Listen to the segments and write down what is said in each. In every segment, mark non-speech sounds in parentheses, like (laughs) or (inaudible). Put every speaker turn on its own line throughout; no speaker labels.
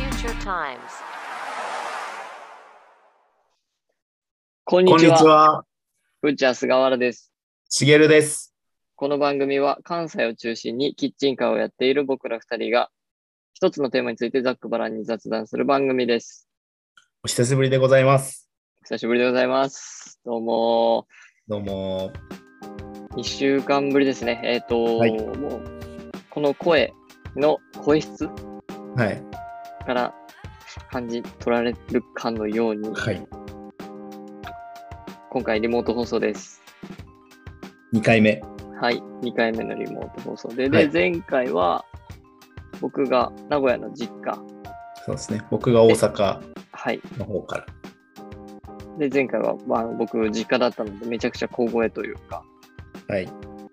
times.
こん
こ
に
ん
ち
にち
は。
は。
フーチャー菅原です。
しげるです。
この番組は関西を中心にキッチンカーをやっている僕ら二人が一つのテーマについてざっくばらんに雑談する番組です。
お久しぶりでございます。
お久しぶりでございます。どうも、
どうも。
2週間ぶりですね。えっ、と、
はい
もうこの声の声質
はい。
から感じ取られるかのように、
はい。
今回リモート放送です。
2回目。
はい、2回目のリモート放送で。で、
はい
前回は僕が名古屋の実家、
そうですね。僕が大阪
はい。
の方から。
で、前回は、まあ、僕、実家だったので、めちゃくちゃ小声というか、
はい。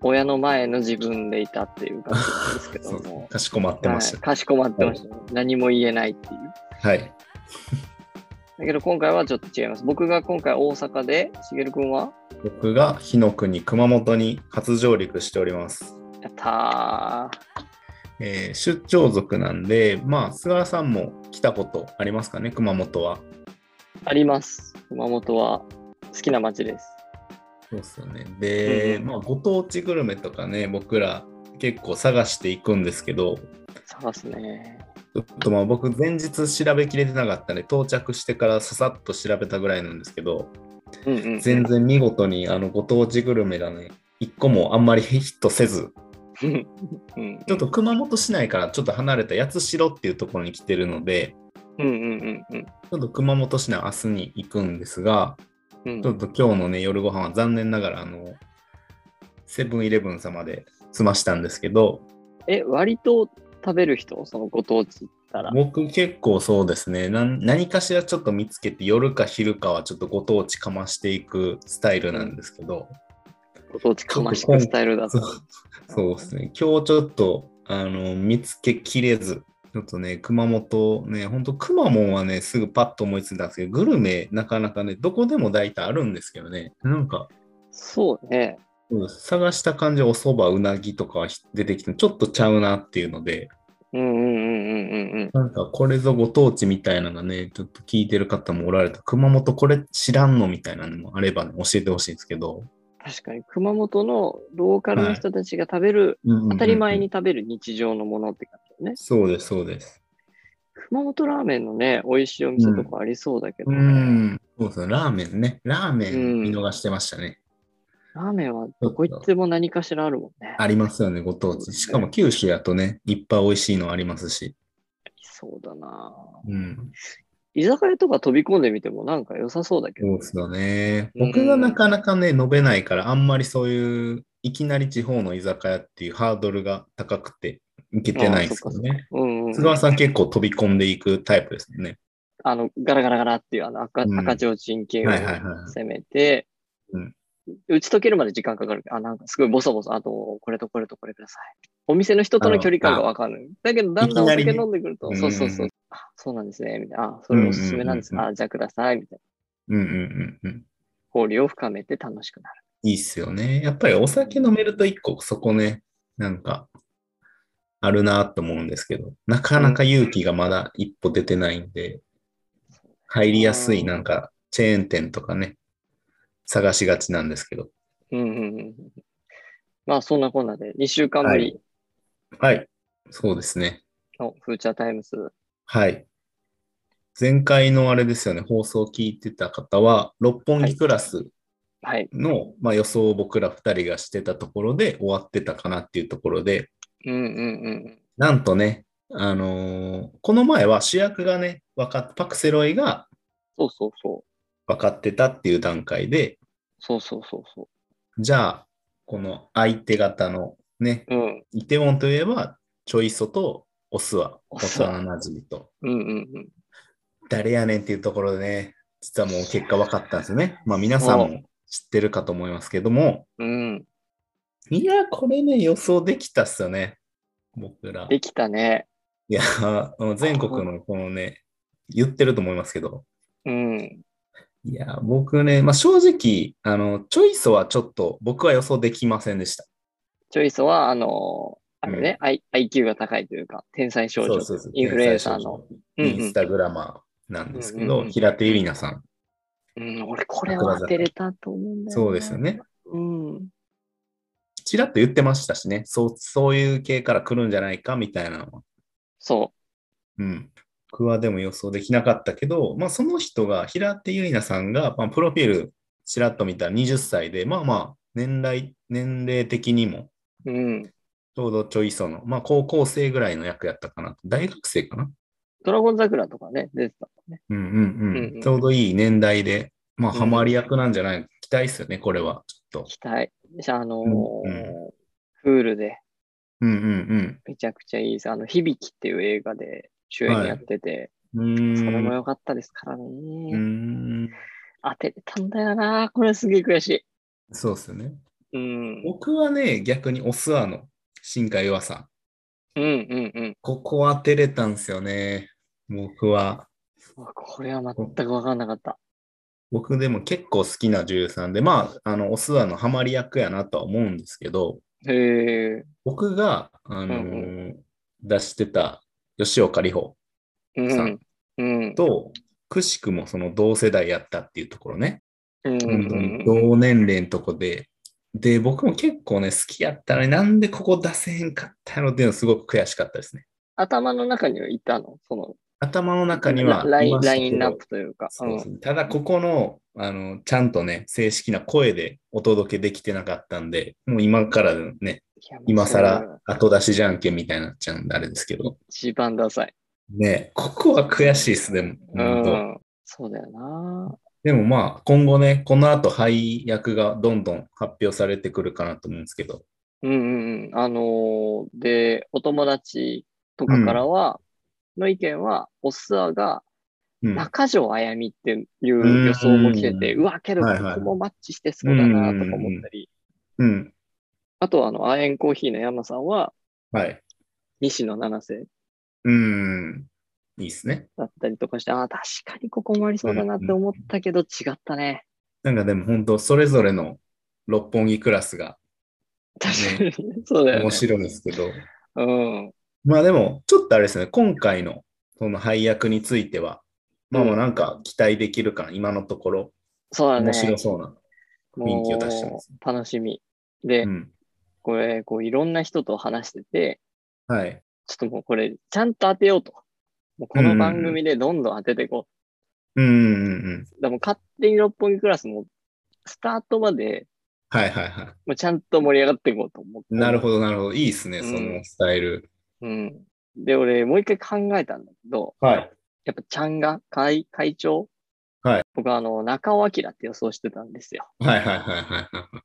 親の前の自分でいたっていう感じなんですけど
(laughs) そうですね
も、
かしこまってまし
はいかしこまってましたね。何も言えないっていう。
た。はい。
だけど、今回はちょっと違います。僕が今回大阪で、しげるくんは、
僕が日の国熊本に初上陸しております。
やった
えー出張族なんで、まあ、菅原さんも来たことありますかね、熊本は。
ー、あります。熊本は好きな街です。
そうですよね。で、
うんうん
まあ、ご当地グルメとかね、僕ら結構探していくんですけど、
探すね。
ちょっとまあ僕前日調べきれてなかったんで到着してからささっと調べたぐらいなんですけど
うんうん。
全然見事にあのご当地グルメがね一個もあんまりヒットせず
うん。 (laughs) うん
ちょっと熊本市内からちょっと離れた八代っていうところに来てるので
うんうんうん
ちょっと熊本市内明日に行くんですが
うん。
ちょっと今日のね夜ご飯は残念ながらあのセブンイレブン様で済ましたんですけど
え、割と食べる人そのご当地行ったら。
僕結構そうですねなん何かしらちょっと見つけて夜か昼かはちょっとご当地かましていくスタイルなんですけど、
ご当地かましていくスタイルだった。
そうですね今日ちょっとあの見つけきれずちょっとね熊本ねほんとくまモンはねすぐパッと思いついたんですけどグルメなかなかねどこでも大体あるんですけどねなんか
そうね。
そうです探した感じおそばうなぎとかは出てきてちょっとちゃうなっていうので
うんうんうんうんうんうん。
なんかこれぞご当地みたいなのがね、ちょっと聞いてる方もおられた。熊本これ知らんのみたいなのもあればね、教えてほしいんですけど。
確かに熊本のローカルの人たちが食べる、当たり前に。食べる日常のものって感じだよね。
そうです、そうです。
熊本ラーメンのね、美味しいお店とかありそうだけど、
う
ね
ん。そうですね、ラーメンね。ラーメ
うん
ン見逃してましたね。
ラーメンはどこ行っても何かしらあるもんね。
ありますよね、ご当
そうです
地。
ね
しかも九州やとね、いっぱい美味しいのありますし。
そうだな
うん。
居酒屋とか飛び込んでみてもなんか良さそうだけど。
そうですよね。
うん
僕がなかなかね、飲べないから、あんまりそういう、いきなり地方の居酒屋っていうハードルが高くて、いけてないですけどね。
うん、うん。
菅原さん結構飛び込んでいくタイプですもんね。
あの、ガラガラガラっていうあの赤、
うん
赤ちょうちん系を
はいはいはい
攻めて
うん、
打ち解けるまで時間かかる。あ、なんかすごいボソボソ、あと、これとこれとこれください。お店の人との距離感がわかんない。だけど、だんだんお
いき
酒
なりね
飲んでくると、
うん
そうそうそう、あ、そうなんですね、みたいな。あ、それおすすめなんです。
うんうんうん
あ、じゃあください、みたいな。
うんうんうんうん。
交流を深めて楽しくなる。
いいっすよね。やっぱりお酒飲めると一個そこね、なんか、あるなと思うんですけど、なかなか勇気がまだ一歩出てないんで、入りやすいなんかチェーン店とかね、探しがちなんですけど。
うんうんうん。まあ、そんなこんなで、2週間ぶり
はい。そうですね。
のフーチャータイムス。
はい。前回のあれですよね、放送を聞いてた方は、六本木クラス
はい。
の、まあ、予想を僕ら2人がしてたところで終わってたかなっていうところで、
うんうんうん。
なんとね、あのーこの前は主役がね、分かっパクセロイが
そうそうそう。
分かってたっていう段階で、
そうそうそうそ
じゃあ、この相手方のね、
う。うん。
イテウォンといえば、チョイソとオスワ、
オスワ
幼なじみと、
うんうんうん。
誰やねんっていうところでね、実はもう結果分かったんですね。まあ皆さんも知ってるかと思いますけども、
うん。
いや、これね、予想できたっすよね、僕ら。
できたね。
いや (laughs) ー、あの全国のこのね、言ってると思いますけど、
うん。
いやー、僕ね、まあ、正直、あの、チョイスはちょっと僕は予想できませんでした。
チョイスは、あのあれね、I- IQ が高いというか、天才少
そ
女
う。そうそう
インフルエンサーの。うんう
天才少女インス
ん
タグラマーなんです
う
け
んうん
ど
う、ん
平手友梨奈さん。
うん、俺これは当てれたと思うんだよな
そうですよ。ね。
うん。
ちらっと言ってましたしね。そう、そういう系から来るんじゃないかみたいなのは
そ
うん。僕はでも予想できなかったけど、まあその人が、平手友梨奈さんが、まあ、プロフィールちらっと見たら20歳で、まあまあ、年代、年齢的にも、
う。うん。
ちょうどちょいその、まあ高校生ぐらいの役やったかな。大学生かな
ドラゴン桜とかね、出てたもんね。
うんうん
うん
う
うん
ん。ちょうどいい年代で、まあ
うん
ハマり役なんじゃない期待ですよね、これは。ちょっと。
期待。じゃあ、あのー
うん
クールで、
うんうん
めちゃくちゃいいです。あの、響きっていう映画で主演やってて、
うん。う
それ
ー
も
ん。
良かったですからね。
うーん。
当てれたんだよな。これすげえ悔し
そうですよね。
い。うん。
僕はね、逆にオスワの新海和さ
う
ん。
んうんうん。
ここ当てれたんですよね。僕は。
うわこれは全く分かんなかった。
僕でも結構好きな女優さんで、まあ、あの、オスワのハマり役やなとは思うんですけど、
へえ。
僕が、あのー
う
出してた吉岡里帆
う
さ
ん
ん。
うん。
と、くしくもその同世代やったっていうところね。
うんう
本当に
ん。
同年齢のとこで。で、僕も結構ね、好きやったのになんでここ出せへんかったのっていうのすごく悔しかったですね。
頭の中にはいたのその、
頭の中には
ラライ
い
ン
まし
ラ
たけど
インナップというか。
そうですねただ、ここの、あの、ちゃんとね、正式な声でお届けできてなかったんで、もう今からね、今更。後出しじゃんけんみたいになっちゃうんで、あれですけど。
一番ダサい。
ね、ここは悔しいです、でも。
う
本当
ん。そうだよな。
でもまあ、今後ね、この後配役がどんどん発表されてくるかなと思うんですけど。
うんうんうん。あのーで、お友達とかからは、の意見は、オスアが
うん。
中条あやみっていう予想も来てて、
うん
うわ、けどこ
はいはい
こもマッチしてそうだなとか思ったり、
うん。
あとはあの、アーエンコーヒーの山さんは、
はい。
西野七瀬
うん。いいですね。
だったりとかして、ああ、確かにここもありそうだなって思ったけど、違ったね。
なんかでも本当、それぞれの六本木クラスが
確かに、 (laughs) そうだよね。
面白いんですけど。
うん。
まあでも、ちょっとあれですね、今回のその配役については、まあもうなんか期待できるかな、今のところ。
そうだね。
面白そうな。雰囲気を出してます
もう楽しみ。で、
うん。
これ、こういろんな人と話してて、
はい。
ちょっともうこれ、ちゃんと当てようと。もうこの番組でどんどん当てていこ
うんうんうんうん。
う。でも勝手に六本木クラスも、スタートまで、
はいはいは
もうちゃんと盛り上がっていこうと思って。
い。なる
ど。
ほどなるほど。いいですね、
う
そ
ん
のスタイル。
うん。で、俺、もう一回考えたんだけど、
はい。
やっぱちゃんが会会長
はい。
僕はあの、中尾明って予想してたんですよ。
はいはいはいはいは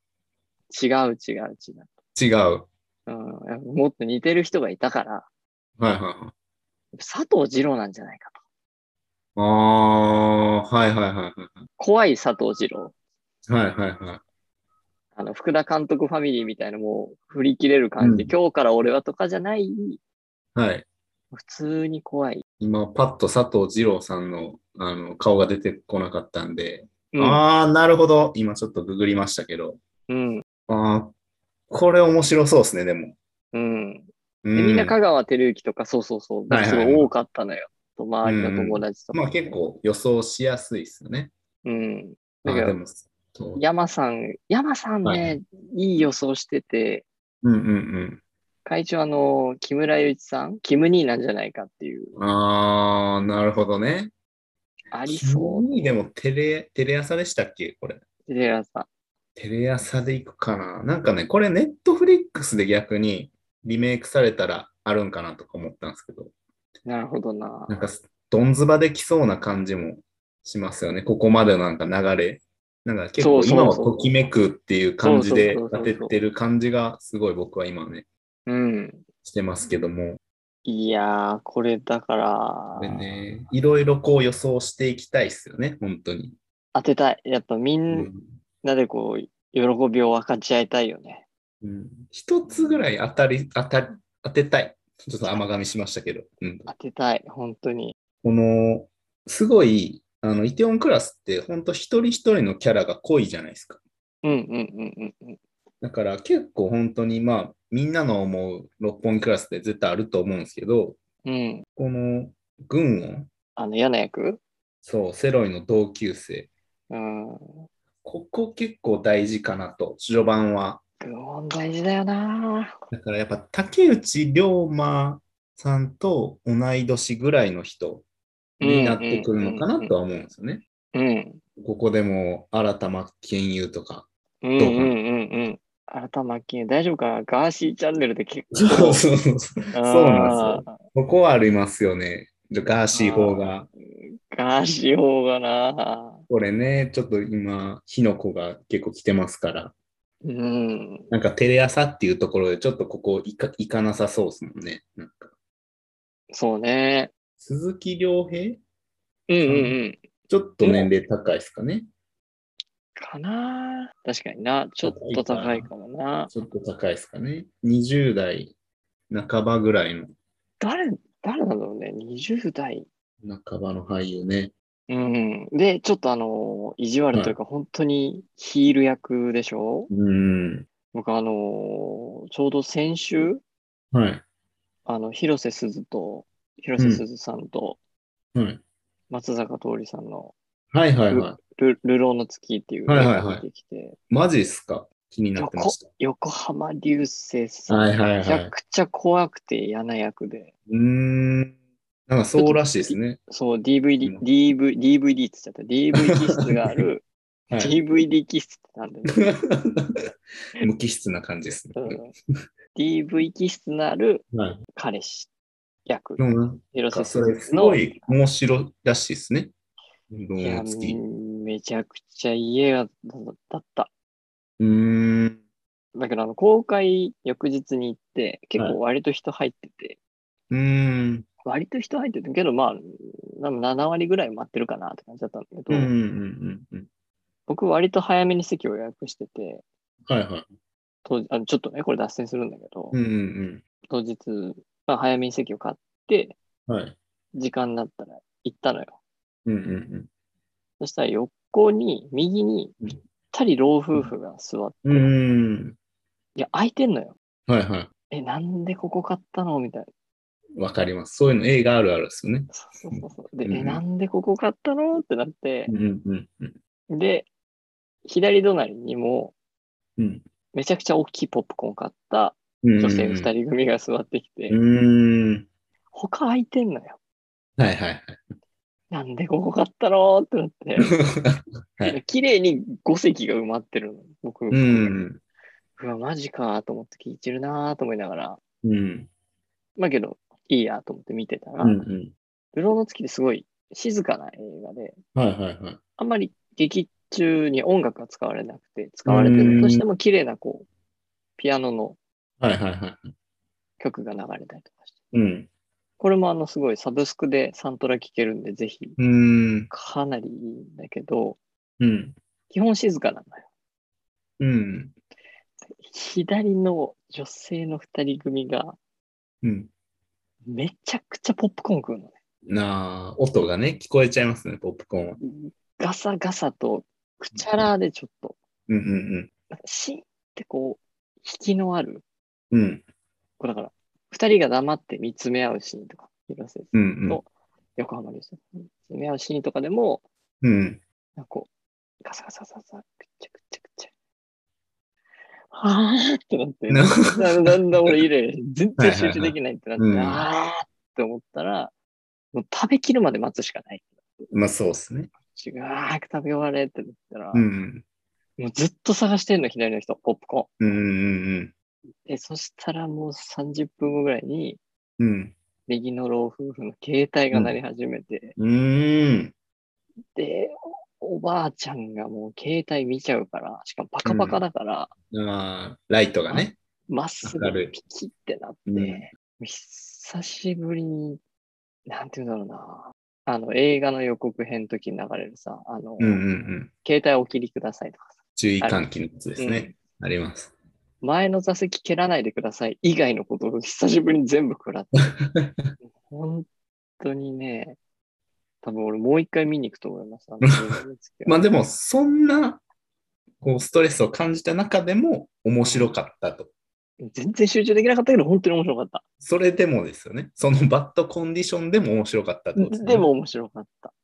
違う違う違う。
い。違う。はい
うん。やっぱもっと似てる人がいたから、
はいはい。
佐藤二郎なんじゃないかと。
ああ、はいはいはい
怖い佐藤二郎。
はい。はいはいはい。
あの、福田監督ファミリーみたいなもう振り切れる感じで、
うん
今日から俺はとかじゃない、
はい。
普通に怖い。
今、パッと佐藤二郎さんのあの顔が出てこなかったんで、
うん。
ああ、なるほど。今ちょっとググりましたけど、
うん。
ああ、これ面白そうですね、でも。
うん。
う
で
ん
みんな香川照之とか、そうそうそう、
はいはい
すごい多かったのよ。と周りの友達とか。
まあ結構予想しやすいですよね。
うん。
あ
だ
ー
け
で
ど、
もそう
山さん、山さんね、
はいい、
い予想してて、
うんうん
会長、あの、木村祐一さん、キム兄なんじゃないかっていう、
うん。ああ、なるほどね。
ありそ
君にでもテレ、テレ朝でしたっけこれ。
う。テレ朝。
テレ朝で行くかな。なんかね、これネットフリックスで逆にリメイクされたらあるんかなとか思ったんですけど、
なるほどな。
なんかどんずばできそうな感じもしますよね。ここまでのなんか流れ。なんか結
そう
構
そうそう
今をときめくっていう感じで
そうそうそう
当
そう
ててる感じがすごい僕は今ね、
うん。
してますけども。
いやー、これだから
こ、れね、いろいろこう予想していきたいですよね、本当に。
当てたい。やっぱみ
うんん
なでこう、喜びを分かち合いたいよね。
うん一つぐらい当たり、当たり、当てたい。ちょっと甘噛みしましたけど。うん
当てたい、本当に。
この、すごい、あの、イテオンクラスって、本当一人一人のキャラが濃いじゃないですか。
うんうんうんうんうん。
だから結構本当に、まあ、みんなの思う六本木クラスって絶対あると思うんですけど、
うん。
この群音、
あの、嫌な役
そう、セロイの同級生、
うん。
ここ結構大事かなと、序盤は。
愚音大事だよな
だからやっぱ竹内涼真さんと同い年ぐらいの人になってくるのかなとは思うんですよね。
うん。
ここでも新田真剣佑とか。
うんうんうんうん。改まき、大丈夫かなガーシーチャンネルで結構。
そうそうそう。そうなんですよ。
あ
ここはありますよね。じゃあガーシー法が。
ーガーシー方がな
これね、ちょっと今、火の粉が結構来てますから、
うん。
なんかテレ朝っていうところでちょっとここいか行かなさそうですもんね。なんか
そうね。
鈴木亮平
うんうんうん。
ちょっと年齢高いですかね。
かな確かにな。ちょっと高いかもな。
ちょっと高いですかね。20代半ばぐらいの、
誰、誰なんだろうね。20代。
半ばの俳優ね。
うん。で、ちょっとあの、意地悪というか、本当にヒール役でしょ、
うん。
僕あのーちょうど先週、
はい。
あの、広瀬すずと、広瀬すずさんと、
はい。
松坂桃李さんの
はいはいはい。
ル、ルローの月っていう
はいはいはい
出てきて、
マジっすか気になってま
横
した。
横浜流星さん、
はいはい
めち
は
ゃ
い。
くちゃ怖くて嫌な役で、
うーん。なんかそうらしいですね。
そう、DVD
う、ん
DV、DVD って言っちゃった、DVD 室がある、
(laughs) はい。
DVD 機室ってなんだよね。 (laughs)
無機質な感じですね。
うん DV 機室のある
はい。
彼氏役
で、もなん
広
か
瀬
そ
す
れ
ず
す
の
ごい面白いらしいですね。うどん
いや、
の月。う
めちゃくちゃいい映画だった。
ーん。
だけど、あの、公開翌日に行って、結
はい
構割と人入ってて、
うーん。
割と人入ってて、けどまあ、なん7割ぐらい待ってるかなって感じだったんだけ
うんうん
ど、
うんうん。
僕割と早めに席を予約してて、
はいはい。
当日あのちょっとね、これ脱線するんだけど、
うんうん
当日、まあ、早めに席を買って、
うん。はい。
時間になったら行ったのよ。
うんうんうん。
そしたら横に、右に、ぴったり老夫婦が座って、
うーん。
いや、空いてんのよ。
はいは
え、なんでここ買ったのみたいな。
い。わかります。そういうの映画あるあるですよね。
そうそうそうそう。で、
うん
え、なんでここ買ったのってなって
う、んうんうん。
で、左隣にも、
うん
めちゃくちゃ大きいポップコーン買った
うん
女性二人組が座ってきて、
うーん。
他空いてんのよ。
はいはいはい。
なんでここ買ったのってなっ
は
て
い、
綺麗に5席が埋まってるの。僕、
う、ん。
うわ、マジかと思って聞いてるなと思いながら、
うん。
まあけど、いいやと思って見てたら、
うんうん。
ブローの月ですごい静かな映画で、
はいはいはい。
あんまり劇中に音楽が使われなくて、使われてるとしても綺麗なこう、ピアノの
はいはいはい。
曲が流れたりとかして。
うん。
これもあのすごいサブスクでサントラ聴けるんで、ぜひ、
うーん。
かなりいいんだけど、
うん。
基本静かなのよ。
うん。
左の女性の二人組が
うん。
めちゃくちゃポップコーン食うのね。
なあ、音がね、聞こえちゃいますね、ポップコーンは。
ガサガサと、くちゃらでちょっと、
うんうん
なんかシーンってこう、引きのある、
うん。うん。
こうだから、二人が黙って見つめ合うシーンとか、広瀬
うん
と横浜流星見つめ合うシーンとかでも、
うん。うん。
なんかこう、ガサガサガサガサ、くっちゃくっちゃくっちゃ。あーってなって、
な
だんだんだん俺イライラして、全
は
然
いはいはい
集中できないってなって、
うん
あーって思ったら、もう食べきるまで待つしかない。
まあそうですね。
違う、あー食べ終われってなったら、
うん。
もうずっと探してんの、左の人、ポップコ
うんうん
ーン。で、そしたらもう30分後ぐらいに、
うん。うん。
右の老夫婦の携帯が鳴り始めて、
うーん。
で、おおばあちゃんがもう携帯見ちゃうから、しかもパカパカだから、
ああ、ライトがね。
まっす
わ
ぐ
かる
ピキってなって、
うん
久しぶりに、なんて言うんだろうな。あの、映画の予告編の時に流れるさ、あの、
うんうんうん。
携帯お切りくださいとかさ、
注意喚起のやつです
うん
ね。あります。
前の座席蹴らないでください以外のことを久しぶりに全部食
(laughs)
らって、本当にね、多分俺もう一回見に行くと思います。あの
(laughs) まあでも、そんな、こう、ストレスを感じた中でも面白かったと。
全然集中できなかったけど、本当に面白かった。
それでもですよね。そのバッドコンディションでも面白かったってことです、ね。
でも、面白かった。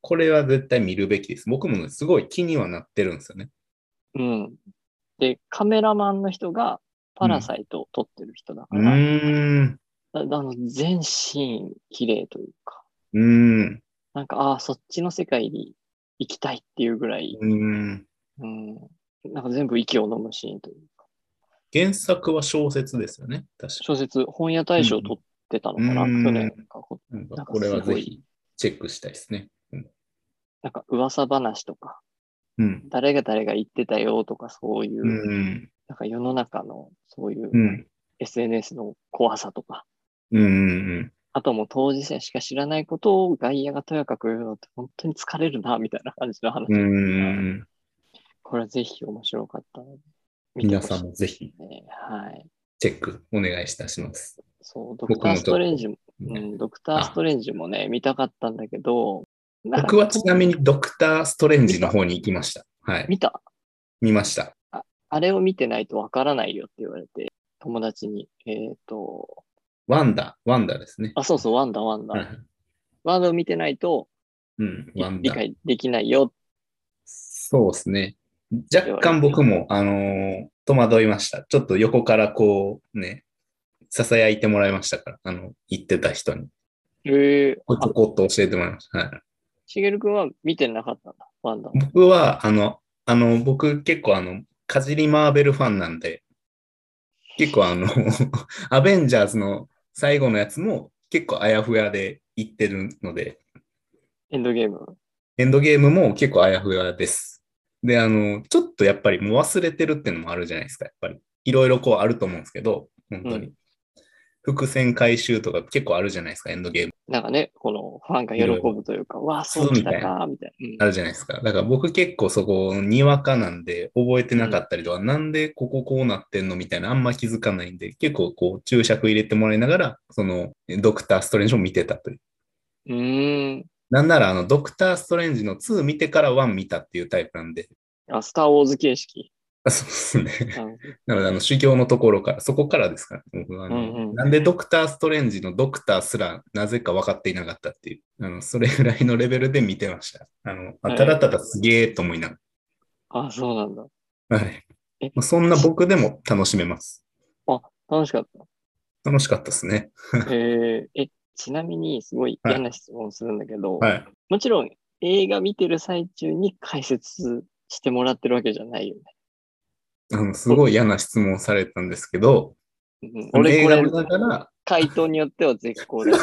これは絶対見るべきです。僕もねすごい気にはなってるんですよね。
うん。で、カメラマンの人がパラサイトを撮ってる人だか
う
ら、
ーん。
ああの全シーン綺麗というか、
うーん。
なんか、ああ、そっちの世界に行きたいっていうぐらい、
うーん。
うん、なんか全部息を飲むシーンというか、
原作は小説ですよね。確か
小説、本屋大賞を取ってたのかな、
うん
去年かこ、
に。なんか
なんか
これは
すご
ぜ
い
ひチェックしたいですね。うん
なんか噂話とか、
うん。
誰が誰が言ってたよとか、そういう、
うん。
なんか世の中のそういう
う。
うん SNS の怖さとか、
うんうん
あともう当事者しか知らないことを外野がとやかく言うのって本当に疲れるな、みたいな感じの話。
うん。うんうんうん。
これはぜひ面白かったので。見て
皆
ほしい
さんもぜひ
ね。はい。
チェックお願いいたします。
そう、ド
僕
クタ
も
ーストレンジも、
ちょっと
うん、ドクターストレンジもね、見たかったんだけど、なんか
僕はちなみにドクター・ストレンジの方に行きました。はい。
見た。
見ました。
あれを見てないとわからないよって言われて、友達に、えっ、と、
ワンダ、ワンダですね。
あ、そうそう、ワンダ、ワンダ。
はい
ワンダを見てないと
うん、
理
ワン
理
ダ。
解できないよ。
そうですね。若干僕も、あのー戸惑いました。ちょっと横からこうね、囁いてもらいましたから、あの、言ってた人に。
へえ
こっちこっと教えてもらいました。はい、
しげるくんは見てなかったんだ、ワンダ。
僕は、あの、あの、僕結構あの、かじりマーベルファンなんで、結構あの、 (laughs) アベンジャーズの最後のやつも結構あやふやで言ってるので、
エンドゲーム。
エンドゲームも結構あやふやです。で、あの、ちょっとやっぱりもう忘れてるっていうのもあるじゃないですか、やっぱり。いろいろこうあると思うんですけど、本当に。
う
伏線回収とか結構あるじゃないですか、エンドゲーム。
なんかね、このファンが喜ぶというか、わあ、そうきたか、みたい
あ
な。
るじゃないですか。だから僕結構そこ、にわかなんで覚えてなかったりとか、なんでこここうなってんのみたいな、あんま気づかないんで、結構こう注釈入れてもらいながら、その、ドクター・ストレンジを見てたという。
うん。うーん。
なんなら、あの、ドクター・ストレンジの2見てから1見たっていうタイプなんで、
あ、スター・ウォーズ形式。
あそうですね。
うん
(laughs) なので、あの、修行のところから、そこからですから、僕はあの、
うんうん
なんでドクター・ストレンジのドクターすらなぜか分かっていなかったっていう、あの、それぐらいのレベルで見てました。あの、あ
はい
ただただすげえと思いなが
あ、そうなん (laughs) だ。
ら。はい
え。
まあ、そんな僕でも楽しめます。
楽しかった。
楽しかったですね。
えーえ、ちなみに、すごい嫌な質問するんだけど、
はい。
もちろん映画見てる最中に解説してもらってるわけじゃないよね。
あの、すごい嫌な質問されたんですけど、
うん、
映
俺こ
画
れ
見、ながら、
回答によっては絶好だ (laughs) よ。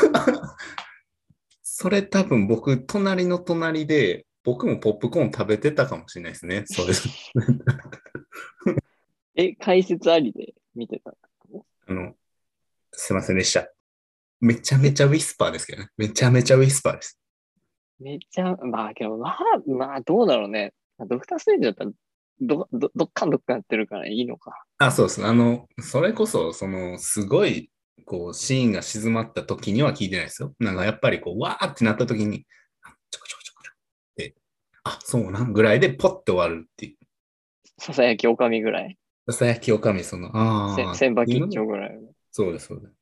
それ多分僕、隣の隣で、僕もポップコーン食べてたかもしれないですね。そうです。
え、解説ありで見てた。
あの、すいませんでした。めちゃめちゃウィスパーですけどね。めちゃめちゃウィスパーです。
めっちゃ、まあ、けど、まあ、まあ、どうだろうね。ドクターステージだったら、ど、ど、どっかんどっかんやってるからいいのか。
あ、そうです。あの、それこそ、その、すごい、こう、シーンが静まった時には聞いてないですよ。なんか、やっぱり、こう、わーってなった時に、あちょこちょこちょこちょこって、あ、そうなんぐらいで、ポッて終わるってい
ささやきおかみぐらい。
う。さやきおかみ、その、あ
せ
あ。
千葉緊張ぐらい。
そうです、そうです。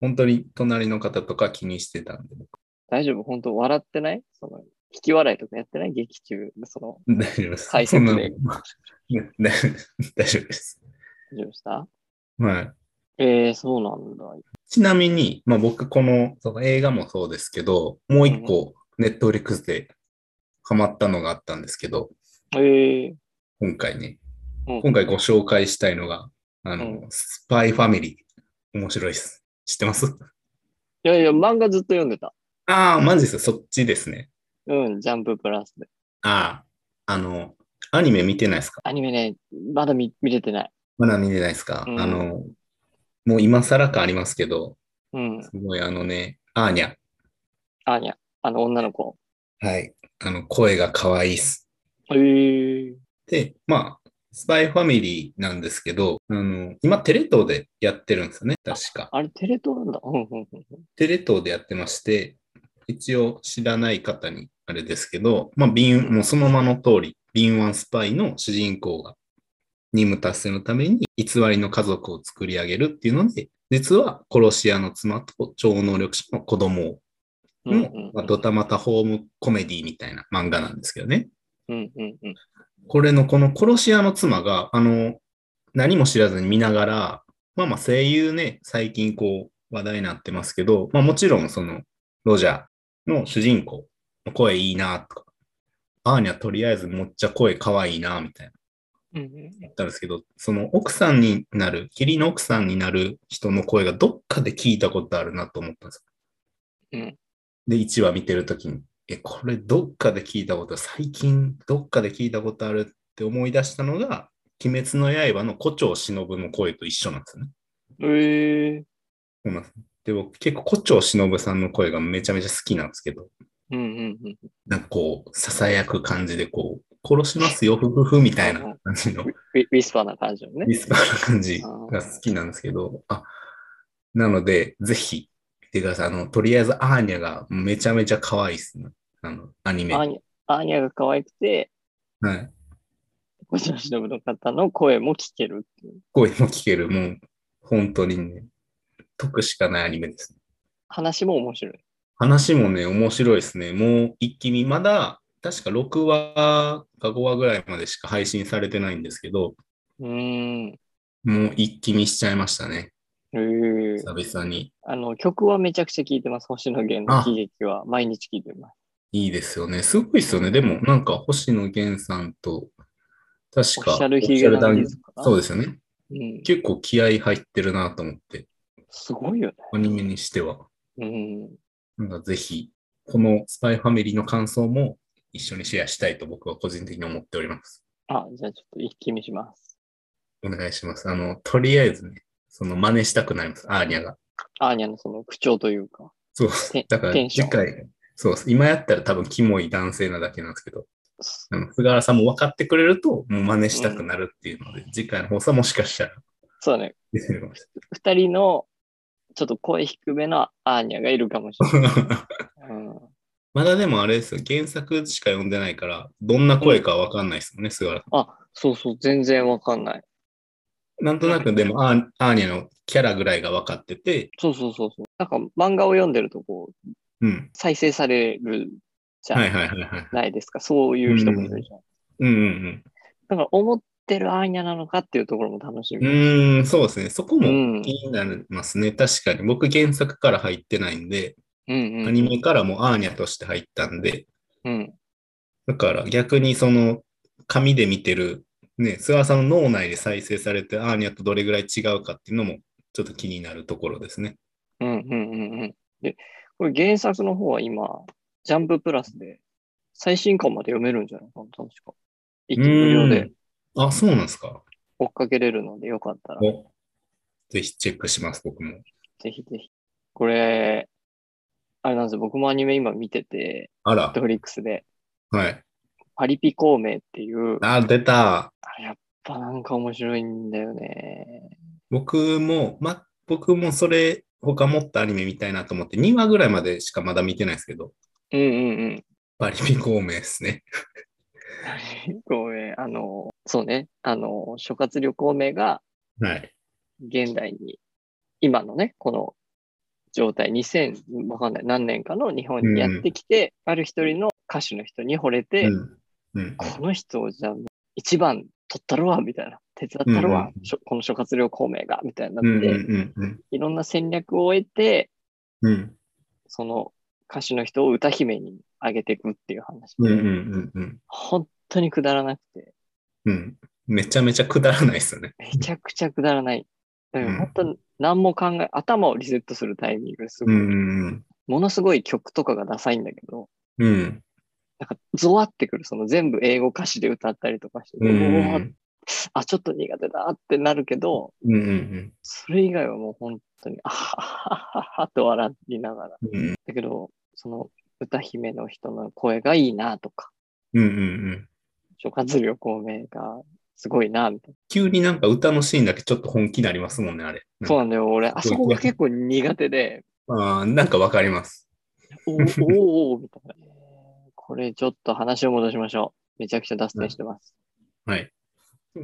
本当に、隣の方とか気にしてたんで、僕
大丈夫本当笑ってないその、引き笑いとかやってない劇中。その、
大丈夫です。
解
そん
説
なの
で。
(laughs) ね大丈夫です大丈夫です。
大丈夫でした
はい。
えー、そうなんだ。
ちなみに、まあ、僕、このその映画もそうですけど、もう一個、ネットフリックスでハマったのがあったんですけど、
えー、
今回ね、
うん
今回ご紹介したいのが、あの、
う
スパイファミリー。面白いです。知ってます
いやいや、漫画ずっと読んでた。
ああ、マジですよ。そっちですね。
うん、ジャンププラスで。
ああ、あの、アニメ見てないですか
アニメね、まだ見見れてない。
まだ見てないですか、
うん
あの、もう今更感ありますけど、
うん
す、ごいあのね、アーニャ。
アーニャ、あの女の子。
はい。あの、声が可愛いっす。
えー、
で、まあ、スパイファミリーなんですけど、あの、今テレ東でやってるんですよね、確か。
あれテレ東なんだ。うん、うん、うん。
テレ東でやってまして、一応知らない方にあれですけど、まあ、敏、もうその名の通り、敏腕スパイの主人公が任務達成のために偽りの家族を作り上げるっていうので、実は殺し屋の妻と超能力者の子供を
うん
の、まあドタマタホームコメディみたいな漫画なんですけどね。
うんうんうん。
これのこの殺し屋の妻が、あの、何も知らずに見ながら、まあまあ声優ね、最近こう話題になってますけど、まあもちろんその、ロジャーの主人公の声いいなとか、アーニャとりあえずもっちゃ声可愛いなみたいな。
うんうん
だったんですけど、その奥さんになる、義理の奥さんになる人の声がどっかで聞いたことあるなと思ったんですよ。
うん
で、1話見てるときに、え、これどっかで聞いたこと、最近どっかで聞いたことあるって思い出したのが、鬼滅の刃の胡蝶忍の声と一緒なんですよね。
うん。えー。
そうなんですで、僕結構胡蝶忍さんの声がめちゃめちゃ好きなんですけど、
うんうんうん。
なんかこう、ささやく感じでこう、殺しますよ、ふふふみたいな感じ
ウ
の
ィウィスパーな感じのね
ウ。ィスパーな感じが好きなんですけど、あ、なので、ぜひ見てください。あの、とりあえずアーニャがめちゃめちゃ可愛いっすね。あの、アニメ。
アー
はい。
ニャアーニャが可愛くて、小島忍の方の声も聞けるっていう。
声も聞ける。もう、本当にね、得しかないアニメですね。
話も面白い。
話もね、面白いですね。もう、一気に、まだ、確か6話か5話ぐらいまでしか配信されてないんですけど、
うーん。
もう一気見しちゃいましたね。
えー、
久々に。
あの曲はめちゃくちゃ聴いてます。星野源の
あ
喜劇は毎日聴いてます。
いいですよね。すごいですよね。でも、なんか、星野源さんと、確か、
オフィシャルヒゲダンディズムかな
そうですよね。
うん、
結構気合入ってるなと思って、
すごいよ
アニメにしては。
ね。うん。
なんかぜひ、このスパイファミリーの感想も一緒にシェアしたいと僕は個人的に思っております。
あ、じゃあちょっと一気見します。
お願いします。あの、とりあえずね、その真似したくなります、アーニャが。
アーニャのその口調というか。
そう
テ。
だから
テンショ
次
ン
回、そうです。今やったら多分キモい男性なだけなんですけど、
す
あの菅原さんも分かってくれると、もう真似したくなるっていうので、次回の放送はもしかしたら
そうだね。
出てるかもし
二人のちょっと声低めのアーニャがいるかもしれ
(laughs) れない。
ない。うん、
(laughs) まだでもあれですよ、原作しか読んでないから、どんな声かわかんないですもんね、菅原さ
あ、そうそう、全然わかんない。
ん。なんとなくでもアー、アーニャのキャラぐらいが分かってて、
そうそうそうそう。なんか漫画を読んでるとこう、
うん。
再生されるじゃ
はいはいはいはい。
ないですか。そういう人もいるじゃん。
うんうん
だから思ってるアーニャなのかっていうところも楽し
うん。
み。
うーん、そうですね。そこ
う
も
ん。
気になりますね。確かに。僕、原作から入ってないんで、
うん。
ア
う
ニ
ん。
メからもアーニャとして入ったんで、
うん。
だから逆にその、紙で見てる、ね、菅原さんの脳内で再生されて、アーニャとどれぐらい違うかっていうのも、ちょっと気になるところですね。
うん。うん。うん。うん。で、これ原作の方は今、ジャンププラスで最新刊まで読めるんじゃないかな、確か。一気無料で
うん。あ、そうなんですか。
追っかけれるので、よかったら、
おぜひチェックします、僕も。
ぜひぜひ。これ、あれなんですよ、僕もアニメ今見てて、
あら
Netflix で、
はい。
パリピ孔明っていう、
あ、出た。
あれやっぱなんか面白いんだよね。
僕も、ま、僕もそれ、他もっとアニメ見たいなと思って、2話ぐらいまでしかまだ見てないですけど、
うんうんうん。
パリピ孔明ですね。
ごめん、あの、そうね、あの、諸葛亮孔明が
はい。
現代に、今のね、この状態、2000、わかんない、何年かの日本にやってきて、ある一人の歌手の人に惚れて、
うん。うん。
この人をじゃあ一番取ったるわ、みたいな、手伝ったるわ、
うん
しょこの諸葛亮孔明が、みたいになっ
うん。
て、
うん。うん。
いろんな戦略を得て、
うん。
その歌手の人を歌姫に上げていくっていう話。
うん。うん。うん。
本当にくだらなくて、
うん。めちゃめちゃくだらないですよね。
めちゃくちゃくだらない。だか
うん
ら本当何も考え、頭をリセットするタイミングすご
う
い、
ん。
ものすごい曲とかがダサいんだけど、
うん。
なんかゾワってくる、その全部英語歌詞で歌ったりとかして、
うん。う
うわ
ん。
あ、ちょっと苦手だってなるけど、
うん。うん。
それ以外はもう本当に、あははははと笑いながら。
うん。
だけど、その歌姫の人の声がいいなとか、
うん。
諸葛亮孔明がすごいな、みたい
急になんか歌のシーンだけちょっと本気になりますもんね、あれ。
な。そうなんだよ、俺、あ
す
そ
ごい
こが結構苦手で、
ああ、なんかわかります。
おーおーおーみたいな。これちょっと話を戻しましょう。めちゃくちゃ脱線してます。
はい。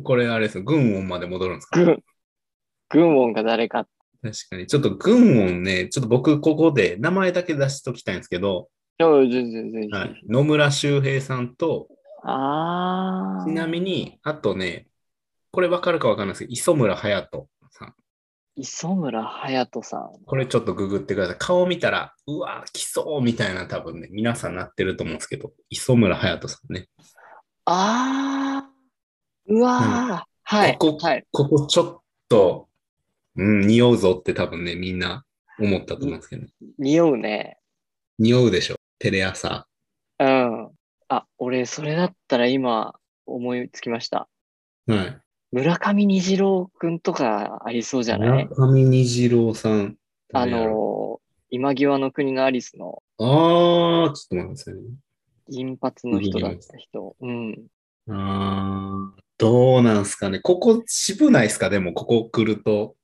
これあれですよ。軍音まで戻るんですか
軍、軍音が誰か。
確かに。ちょっと軍音ね、ちょっと僕ここで名前だけ出しときたいんですけど、
いや全然全然。
はい、野村修平さんと、
ああ。
ちなみに、あとね、これわかるかわかんないですけど、磯村隼人さん。
磯村隼人さん。
これちょっとググってください。顔見たら、うわ、来そうみたいな多分ね、皆さんなってると思うんですけど、磯村隼人さんね。
ああ。うわーはい。
ここ
はい。
ここちょっと、うん、匂うぞって多分ね、みんな思ったと思うんですけど、ね、
匂うね。
匂うでしょ。テレ朝。
うん。あ、俺、それだったら今、思いつきました。
はい。
村上虹郎くんとかありそうじゃない
村上虹郎さん。
あ、の、今際の国のアリスの
あー、ちょっと待ってくださいね。
銀髪の人だった人。うん。
あー、どうなんすかね。ここ渋ないですかでも、ここ来ると。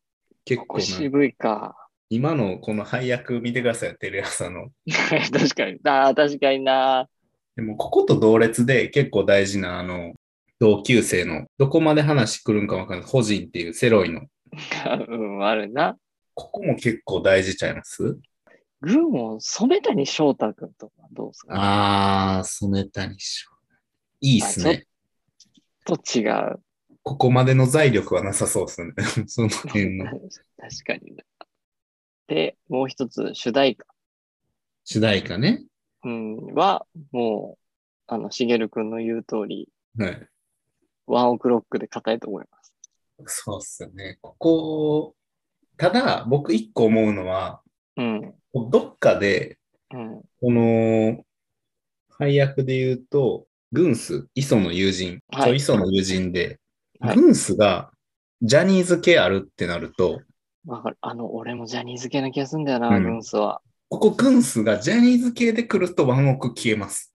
結
こ
構
こ
な、
渋いか。 (laughs)
今のこの配役見てくださいよ、テレ朝の。
確かに。ああ、確かにな。 (laughs)
でも、ここと同列で結構大事な、あの、同級生の、どこまで話来るんかわかんない。個人っていうセロイの。
うん、あるな。
ここも結構大事ちゃいます
軍を染谷翔太くんとかどうですか
あー、染谷翔。いいっす
あち
ね。
と違う。
ここまでの財力はなさそうっすね。 (laughs) その辺の
(laughs) 確かにな。で、もう一つ、主題歌、
主題歌ね。
うん、は、もう、あの、しげるくんの言う通り、
はい。
ワンオクロックで硬いと思います。
そうっすね。ここ、ただ、僕一個思うのは、
うん、
どっかで、
うん。
この、配役で言うと、軍師、磯の友人、
はい
そう磯の友人で、
はい
軍師がジャニーズ系あるってなると、
わかる。あの、俺もジャニーズ系な気がするんだよな、
うん
軍曹は。
ここ軍師がジャニーズ系で来るとワンオク消えます。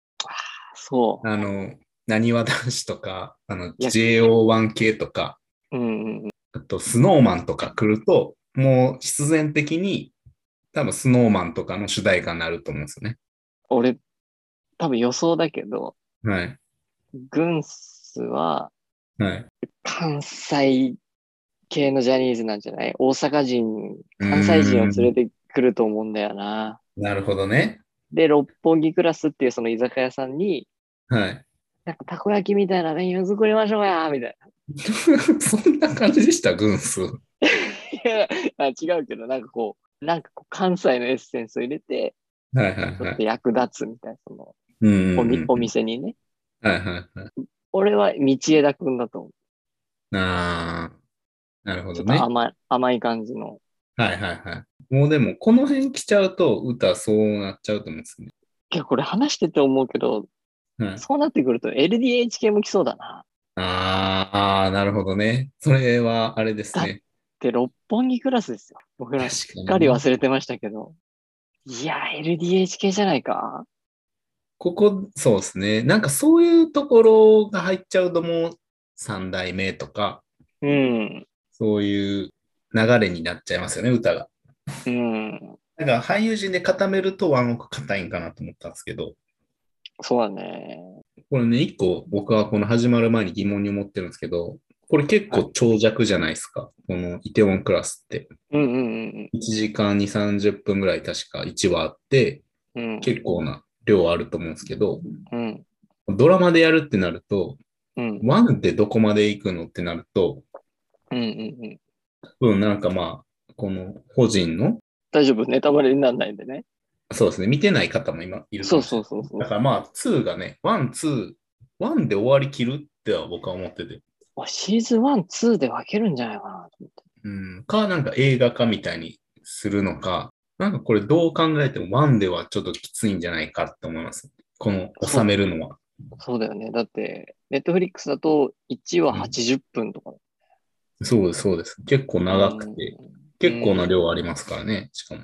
そ
あの、なにわ男子とか、あの、
や
JO1 系とか、
う。うん、うんうん。
あと、スノーマンとか来ると、もう必然的に、多分スノーマンとかの主題歌になると思うんですよね。
俺、多分予想だけど、
はい。
軍曹は、
はい。
関西系のジャニーズなんじゃない大阪人、関西人を連れてくると思うんだよな。
うんなるほどね。
で、六本木クラスっていうその居酒屋さんに、
はい。 (laughs)
なんかたこ焼きみたいなメニュー作りましょうや、みたい
そんな感じでした、軍数。
な。いや違うけど、なんかこう、なんかこう関西のエッセンスを入れて、
はいはい
ちょ
は
っと
い。
役立つみたいな、その
うん
お
うんう
み
ん。
お店にね。
はいはいはい。
俺は道枝くんだと思う。
あーなるほ
ちょ
ど
っと
ね。
甘い、甘い感じの。
はいはいはい。もうでも、この辺来ちゃうと、歌そうなっちゃうと思うんですね。
いや、これ話してて思うけど、
はい、
そうなってくると LDHK も来そうだな。
あーあー、なるほどね。それは、あれですね。
で、六本木クラスですよ。僕ら
確
すっ
か
かり
に。
忘れてましたけど。いや、LDHK じゃないか
ここ、そうですね。なんかそういうところが入っちゃうともう三代目とか、
うん。
そういう流れになっちゃいますよね、歌が。
うん。
だから俳優陣で固めるとワンオク硬いんかなと思ったんですけど、
そうだね。
これね、一個僕はこの始まる前に疑問に思ってるんですけど、これ結構長尺じゃないですか。このイテウォンクラスって。
うんうん
1時間2、30分ぐらい確か1話あって、
うんうん。
結構な量あると思うんですけど、
うん。
ドラマでやるってなると、
うん。
ワンってどこまで行くのってなると、
うんうんうん。
うん、なんかまあ、この個人の、
大丈夫。ネタバレにならないんでね。
そうですね、見てない方も今いるか
そ
も
う
しれ
そう
ない
そうそう
だ。からまあ、2がね、1、2、1で終わりきるっては僕は思ってて。
おシーズン1、2で分けるんじゃないかなと思って。
うん、か、なんか映画化みたいにするのか、なんかこれどう考えても1ではちょっときついんじゃないかって思います。この収めるのは。
そうだよね。だって、ネットフリックスだと1話80分とか。
そうです、そうです。結構長くて、
うん
結構な量ありますからね、しかも。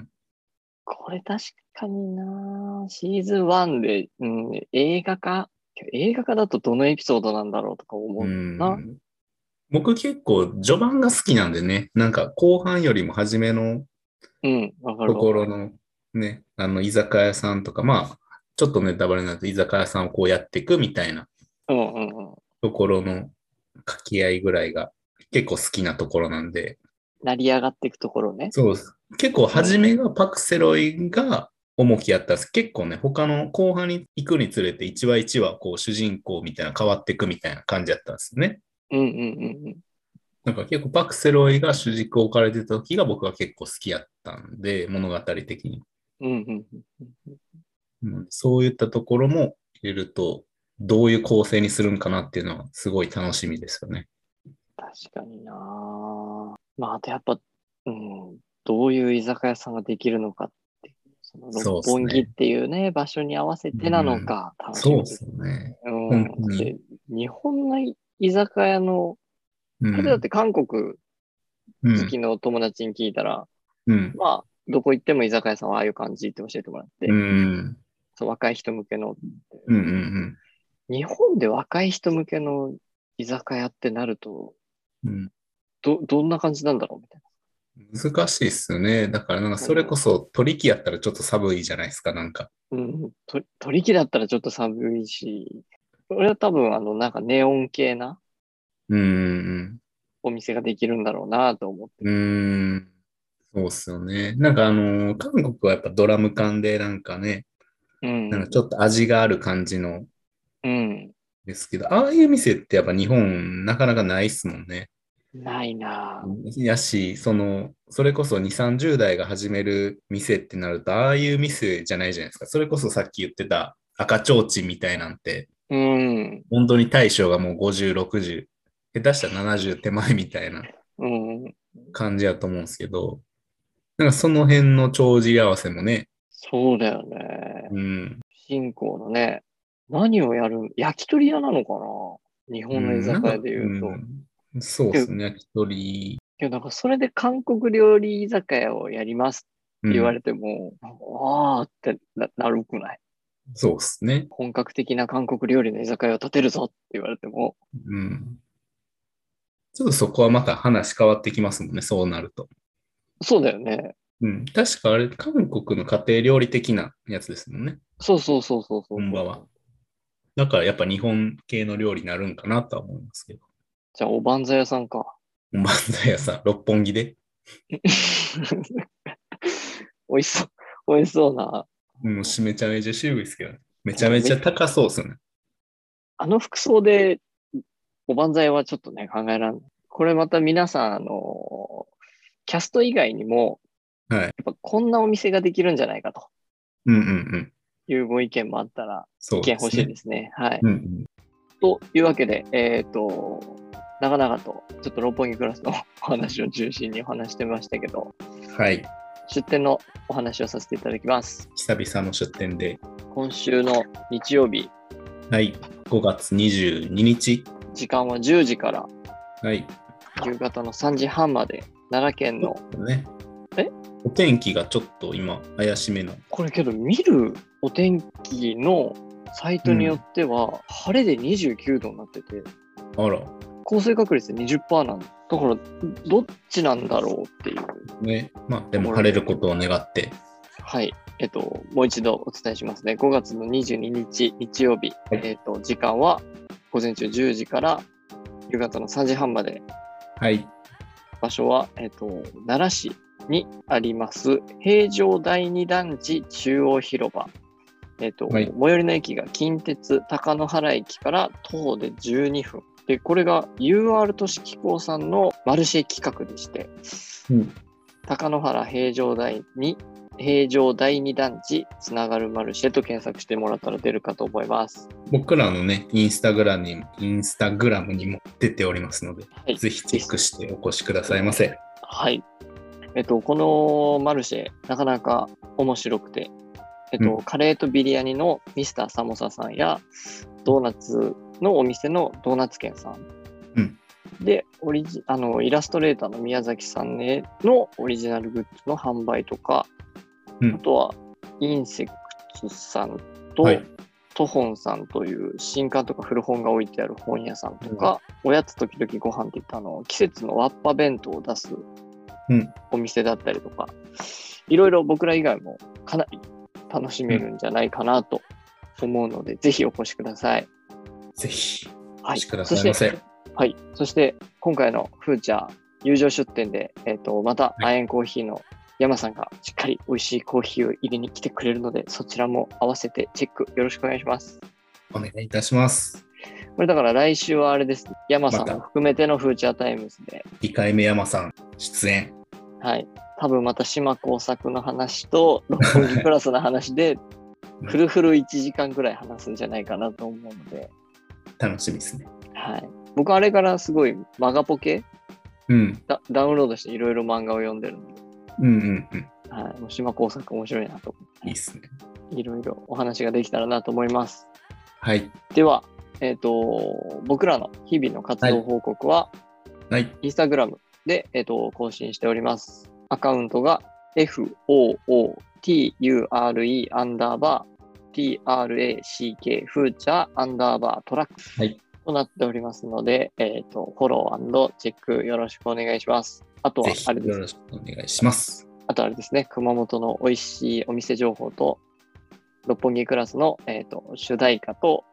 これ確かになシーズン1で、うん、映画化映画化だとどのエピソードなんだろうとか思う。
うん
な
僕結構序盤が好きなんでね、なんか後半よりも初めの
うん、わ、かる
とこ
わ。
ろのね、あの居酒屋さんとか、まあ、ちょっとネタバレになると居酒屋さんをこうやっていくみたいな
うんうんうん。
ところの掛け合いぐらいが結構好きなところなんで、
成り上がっていくところね。
そうです。結構初めがパクセロイが重きやったんです。結構ね、他の後半に行くにつれて1話1話こう主人公みたいな変わっていくみたいな感じやったんですよね。
うんうんうんうん。
なんか結構パクセロイが主軸を置かれてた時が僕は結構好きやったんで、物語的に。
うんうん
うんそういったところも入れると、どういう構成にするんかなっていうのはすごい楽しみですよね。
確かになまあ、あとやっぱ、うん、どういう居酒屋さんができるのかっていう、その
そうっ
六
すね
本木っていうね、場所に合わせてなのか、楽し
そう
み
で
です
すよね。
うん
本当に
で日本の居酒屋の、
う
これだっ
ん。
て韓国
う
好
ん
きの友達に聞いたら、
うん。
まあ、どこ行っても居酒屋さんはああいう感じって教えてもらって、
うん。
そう若い人向けの、
うん。うん。
日本で若い人向けの居酒屋ってなると、
うん。
ど、どんな感じなんだろうみたい
難しいっすよね。だからなんかそれこそ取引やったらちょっと寒いじゃないですか、なんか。
な。うん。と取引だったらちょっと寒いし、俺は多分、あの、なんかネオン系な
うん。
お店ができるんだろうなと思って。
うん。そうっすよね。なんかあのー韓国はやっぱドラム缶でなんかね、
うん。
なんかちょっと味がある感じの
うん。
ですけど、ああいう店ってやっぱ日本なかなかないっすもんね。
ないなぁ
やし、その、それこそ2、30代が始める店ってなると、ああいう店じゃないじゃないですか。それこそさっき言ってた赤ちょうちんみたいなんて、
うん。
本当に大将がもう50、60、下手したら70手前みたいな
うん。
感じやと思うんですけど、なんかその辺の帳尻合わせもね、
そうだよね。
うん、
新興のね、何をやる焼き鳥屋なのかな日本の居酒屋で言うと。
うんそうですね、焼き鳥。
けどなんかそれで韓国料理居酒屋をやりますって言われても、ああーってななるくない
うんそうですね。
本格的な韓国料理の居酒屋を建てるぞって言われても、
うん。ちょっとそこはまた話変わってきますもんね、そうなると。
そうだよね。
うん、確かあれ、韓国の家庭料理的なやつですもんね、
そうそうそうそうそう。
本場は。だからやっぱ日本系の料理になるんかなとは思いますけど。 (laughs)
じゃあおばんざい屋さんか。 (laughs)
おばんざい屋さん、六本木で。
美味しそう。美味しそうな。
もうしめちゃめちゃ渋いですけどね、めちゃめちゃ高そうですよね。
あの服装でおばんざいはちょっとね、考えらんない。これまた皆さん、あの、キャスト以外にも、
はい
やっぱこんなお店ができるんじゃないかと
うんうんうん。
いうご意見もあったら、
そう
意見欲しいですね。はい。
うんうん。
というわけで、えっ、と、長々と、ちょっと六本木クラスの (laughs) お話を中心にお話してみましたけど、
はい。
出店のお話をさせていただきます。
久々の出店で、
今週の日曜日、
はい。5月22日、
時間は10時から
はい。
夕方の3時半まで、奈良県の、
ね。
え
お天気がちょっと今、怪しめの。
これけど見るお天気のサイトによっては、晴れで29度になってて、
あら、
降水確率で20%なんだ。だから、どっちなんだろうっていう。
ね。まあ、でも晴れることを願って、
はい。えっと、もう一度お伝えしますね。5月の22日、日曜日、
はい
えっと、時間は午前中10時から夕方の3時半まで、
はい。
場所は、えっと、奈良市にあります、平城第二団地中央広場。えっと、
はい
最寄りの駅が近鉄高野原駅から徒歩で12分。で、これが UR 都市機構さんのマルシェ企画でして、
うん
高野原平城第に平城第二団地つながるマルシェと検索してもらったら出るかと思います。
僕らのね、インスタグラムにインスタグラムにも出ておりますので、
はい。
ぜひチェックしてお越しくださいませ。
はい。えっと、このマルシェ、なかなか面白くて、えっと、
う
カレーとビリヤニのミスターサモサさんや、ドーナツのお店のドーナツ券さん。
うん
で、オリジあのイラストレーターの宮崎さんへのオリジナルグッズの販売とか、
うん
あとはインセクツさんと、
はい
トホンさんという新刊とか古本が置いてある本屋さんとか、おやつ時々ご飯って言ったあの季節のワッパ弁当を出す
うん
お店だったりとか、いろいろ僕ら以外もかなり楽しめるんじゃないかなと思うので、ぜひお越しください。
ぜひ、お
は
越しくださいませ。
はい。そして、今回のフーチャー、友情出店で、えっ、と、また、
は
アエンコーヒーの山さんがしっかり美味しいコーヒーを入れに来てくれるので、そちらも合わせてチェックよろしくお願いします。
お願いいたします。
これだから来週はあれです。山さん
ま
を
た
含めてのフーチャータイムズで、
2回目山さん、出演。
はい。多分また島耕作の話と、六本木プラスの話で、フルフル1時間ぐらい話すんじゃないかなと思うので、
楽しみですね。
はい。僕、あれからすごいマガポケ
うん。
ダダウンロードしていろいろ漫画を読んでるので、
うんうんうん。
はい。もう島耕作面白いなと思って
いいっすね。
いろいろお話ができたらなと思います。
はい。
では、えっ、と、僕らの日々の活動報告は、
はい。
インスタグラムで、えっ、と、更新しております。アカウントが、footure アンダーバー、track フーチャーアンダーバートラックス
はい
となっておりますので、えっ、と、フォローチェックよろしくお願いします。あとは
ぜ、ひ
あれです
よろしくお願いします。
あとあれですね、熊本の美味しいお店情報と、六本木クラスの、えー、と主題歌と、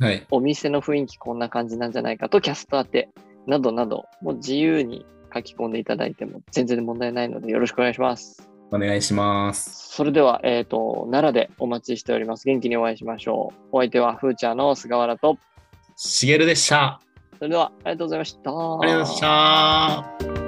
はい。
お店の雰囲気こんな感じなんじゃないかと、キャスト当てなどなど、もう自由に書き込んでいただいても全然問題ないのでよろしくお願いします。
お願いします。
それでは、えー、と奈良でお待ちしております。元気にお会いしましょう。お相手はふーちゃんの菅原と、
しげるでした。
それではありがとうございました。あ
ありがとうございました。